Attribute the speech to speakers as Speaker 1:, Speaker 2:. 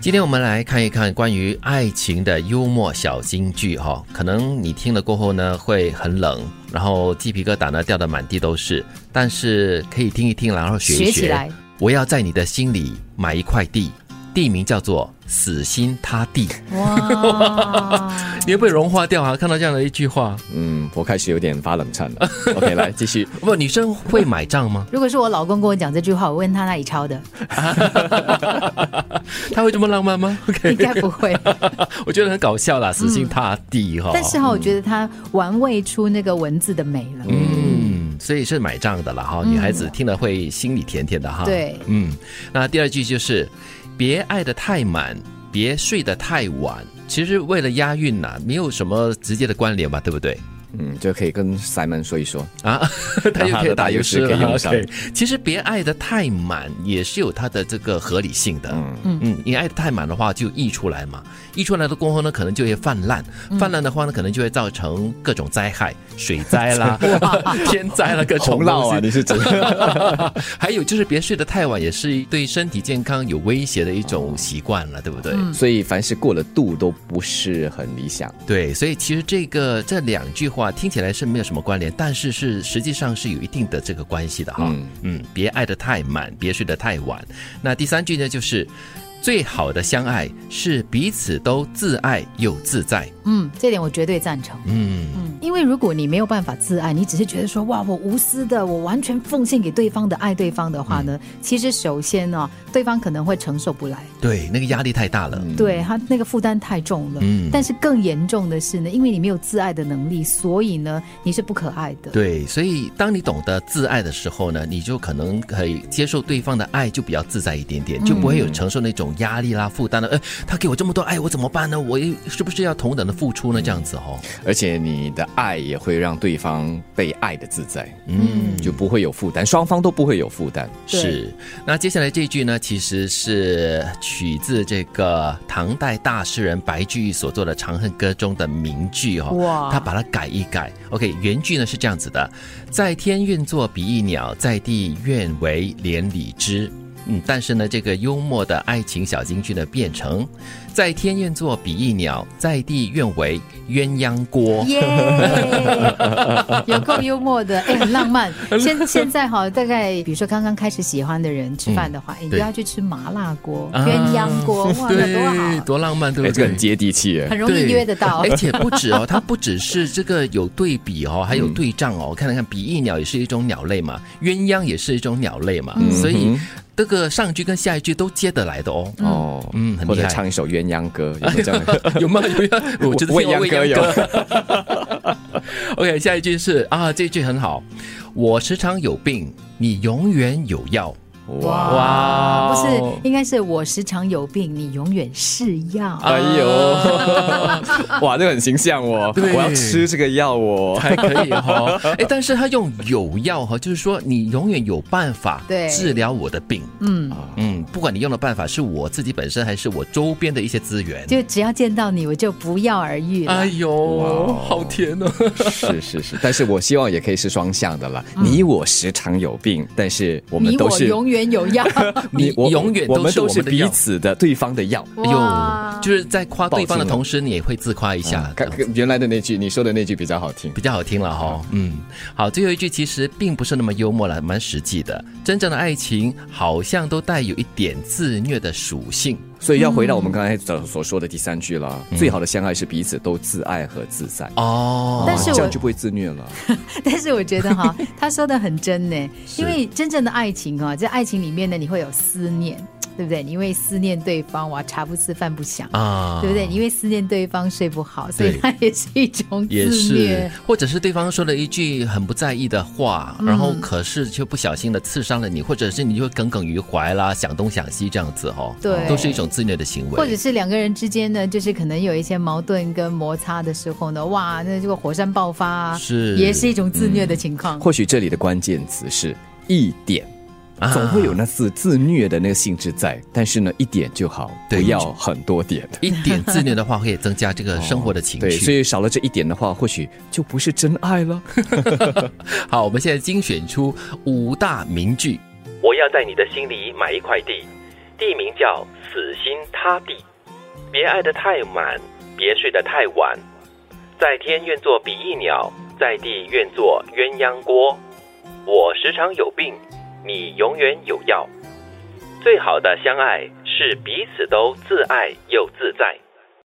Speaker 1: 今天我们来看一看关于爱情的幽默小金句哈、可能你听了过后呢会很冷，然后鸡皮疙瘩呢掉得满地都是，但是可以听一听，然后学一学。
Speaker 2: 起来，
Speaker 1: 我要在你的心里买一块地，地名叫做死心塌地。
Speaker 2: 哇，
Speaker 1: 你会被融化掉啊！看到这样的一句话，
Speaker 3: 嗯，我开始有点发冷颤 了。OK，来继续。
Speaker 1: 不，女生会买账 吗？
Speaker 2: 如果是我老公跟我讲这句话，我问他哪里 抄的，
Speaker 1: 她会这么浪漫吗
Speaker 2: 应
Speaker 1: ？OK，
Speaker 2: 该不会。
Speaker 1: 我觉得很搞笑啦，死心塌地哈、
Speaker 2: 但是哈，我觉得他玩味出那个文字的美了。
Speaker 1: 嗯，所以是买账的了哈，女孩子听了会心里甜甜的哈。
Speaker 2: 对，
Speaker 1: 嗯，那第二句就是别爱得太满，别睡得太晚。其实为了押韵呐、没有什么直接的关联吧，对不对？
Speaker 3: 嗯，就可以跟 Simon 说 一说。
Speaker 1: 啊，他又可以打油诗了。
Speaker 3: 可以用上
Speaker 1: OK 其实别爱得太满也是有它的这个合理性的。
Speaker 3: 嗯
Speaker 1: 嗯嗯，你爱得太满的话就溢出来嘛，溢出来的过后呢，可能就会泛滥，泛滥的话呢，可能就会造成各种灾害，水灾啦、 天灾啦，各种
Speaker 3: 洪
Speaker 1: 东西
Speaker 3: 涝啊，你是指？
Speaker 1: 还有就是别睡得太晚，也是对身体健康有威胁的一种习惯了，对不对？
Speaker 3: 所以凡是过了度都不是很理想。
Speaker 1: 对，所以其实这个这两句话听起来是没有什么关联，但是是实际上是有一定的这个关系的哈。嗯
Speaker 3: 嗯
Speaker 1: 别爱得太满，别睡得太晚。那第三句呢，就是最好的相爱是彼此都自爱又自在。
Speaker 2: 嗯，这点我绝对赞成。
Speaker 1: 嗯，
Speaker 2: 嗯，因为如果你没有办法自爱，你只是觉得说哇，我无私的，我完全奉献给对方的爱对方的话呢，
Speaker 1: 嗯
Speaker 2: 其实首先呢、对方可能会承受不来，
Speaker 1: 对，那个压力太大了。
Speaker 2: 对他那个负担太重了。
Speaker 1: 嗯
Speaker 2: 但是更严重的是呢，因为你没有自爱的能力，所以呢，你是不可爱的。
Speaker 1: 对，所以当你懂得自爱的时候呢，你就可能可以接受对方的爱，就比较自在一点点，就不会有承受那种压力啦、负担了。呃，他给我这么多爱，我怎么办呢？我也是不是要同等的付出呢？这样子哦，
Speaker 3: 而且你的爱也会让对方被爱的自在，
Speaker 1: 嗯，
Speaker 3: 就不会有负担，双方都不会有负担。
Speaker 2: 对
Speaker 1: 是。那接下来这一句呢，其实是取自这个唐代大诗人白居易所作的《长恨歌》中的名句哦。
Speaker 2: 哇
Speaker 1: 他把它改一改。OK，原句呢是这样子的：在天愿作比翼鸟，在地愿为连理枝。嗯，但是呢，这个幽默的爱情小金句呢，变成在天愿作比翼鸟，在地愿为鸳鸯锅。
Speaker 2: 耶 有够幽默的，哎、很浪漫。现现在哈，大概比如说刚刚开始喜欢的人吃饭的话，哎你都
Speaker 1: 对
Speaker 2: 要去吃麻辣锅、
Speaker 1: 啊
Speaker 2: 鸳鸯锅，哇，那多
Speaker 1: 对，
Speaker 2: 好，
Speaker 1: 多浪漫，对
Speaker 3: 哎，
Speaker 1: 不
Speaker 3: 这
Speaker 1: 对？
Speaker 3: 个很接地气耶。
Speaker 2: 很容易约得到
Speaker 1: 而。且不止哦，它不只是这个有对比哦，还有对仗哦。看了看，比翼鸟也是一种鸟类嘛，鸳鸯也是一种鸟类嘛，所以
Speaker 3: 嗯
Speaker 1: 嗯这个上句跟下一句都接得来的哦。
Speaker 3: 哦，
Speaker 1: 嗯很厉害
Speaker 3: 或者唱一首鸳鸯歌，有没有这样的？
Speaker 1: 有吗？有呀， 我觉得
Speaker 3: 未央歌有。
Speaker 1: OK，下一句是啊，这一句很好。我时常有病，你永远有药。
Speaker 3: 哇，
Speaker 1: 哇
Speaker 2: 不
Speaker 1: 哦
Speaker 2: 是，应该是我时常有病，你永远是药。
Speaker 3: 哎呦， 哇，这个很形象哦。
Speaker 1: 对
Speaker 3: 我要吃这个药哦。
Speaker 1: 还可以哈、哎，但是他用有药哈，就是说你永远有办法
Speaker 2: 对
Speaker 1: 治疗我的病。
Speaker 2: 嗯，
Speaker 1: 嗯，不管你用的办法是我自己本身，还是我周边的一些资源。
Speaker 2: 就只要见到你，我就不药而愈了。
Speaker 1: 哎呦，
Speaker 3: 哇
Speaker 1: 好甜哦！
Speaker 3: 是是是， 但是我希望也可以是双向的啦。
Speaker 1: 嗯
Speaker 3: 你我时常有病，但是我们
Speaker 2: 你
Speaker 3: 都
Speaker 2: 我
Speaker 3: 是
Speaker 2: 永远有 药。
Speaker 1: 你
Speaker 3: 我
Speaker 1: 永远
Speaker 3: 我
Speaker 1: 都
Speaker 3: 们
Speaker 1: 是我
Speaker 3: 都是
Speaker 1: 们的
Speaker 3: 彼
Speaker 1: 药。
Speaker 3: 此的对方的药。
Speaker 2: 哇
Speaker 1: 哎呦，就是在夸对方的
Speaker 3: 抱歉了
Speaker 1: 同时，你也会自夸一下
Speaker 3: 啊，看看原来的那句，你说的那句比较好听。
Speaker 1: 比较好听了哈、
Speaker 3: 啊
Speaker 1: 嗯，好，最后一句其实并不是那么幽默了，蛮实际的。真正的爱情好像都带有一点自虐的属性。
Speaker 3: 所以要回到我们刚才所所说的第三句了，
Speaker 1: 嗯
Speaker 3: 最好的相爱是彼此都自爱和自在。
Speaker 1: 哦，
Speaker 2: 但是
Speaker 3: 哇
Speaker 2: 我
Speaker 3: 这样就不会自虐了。
Speaker 2: 但是我觉 得哈，他说的很真呢，因为真正的爱情啊，在爱情里面呢，你会有思念，对不对？你因为思念对方，哇，茶不思饭不想，
Speaker 1: 啊，
Speaker 2: 对不对？你因为思念对方睡不好，所以
Speaker 1: 对
Speaker 2: 它也是一种
Speaker 1: 也
Speaker 2: 自
Speaker 1: 是
Speaker 2: 虐。，嗯
Speaker 1: 或者是对方说了一句很不在意的话，然后可是却不小心的刺伤了你，或者是你就耿耿于怀啦，想东想西这样子哦，
Speaker 2: 对
Speaker 1: 都是一种自虐的行为，
Speaker 2: 或者是两个人之间呢，就是可能有一些矛盾跟摩擦的时候呢，哇，那这个火山爆发啊，
Speaker 1: 是嗯
Speaker 2: 也是一种自虐的情况。
Speaker 3: 或许这里的关键词是一点
Speaker 1: 啊。
Speaker 3: 总会有那次自虐的那个性质在，但是呢，一点就好，不
Speaker 1: 对
Speaker 3: 要很多点。
Speaker 1: 一点自虐的话，会增加这个生活的情
Speaker 3: 哦 对，所
Speaker 1: 绪。
Speaker 3: 以少了这一点的话，或许就不是真爱了。
Speaker 1: 好，我们现在精选出五大名句。
Speaker 4: 我要在你的心里买一块地，地名叫死心塌地。别爱得太满，别睡得太晚。在天愿做比翼鸟，在地愿做鸳鸯锅。我时常有病，你永远有药。最好的相爱是彼此都自爱又自在。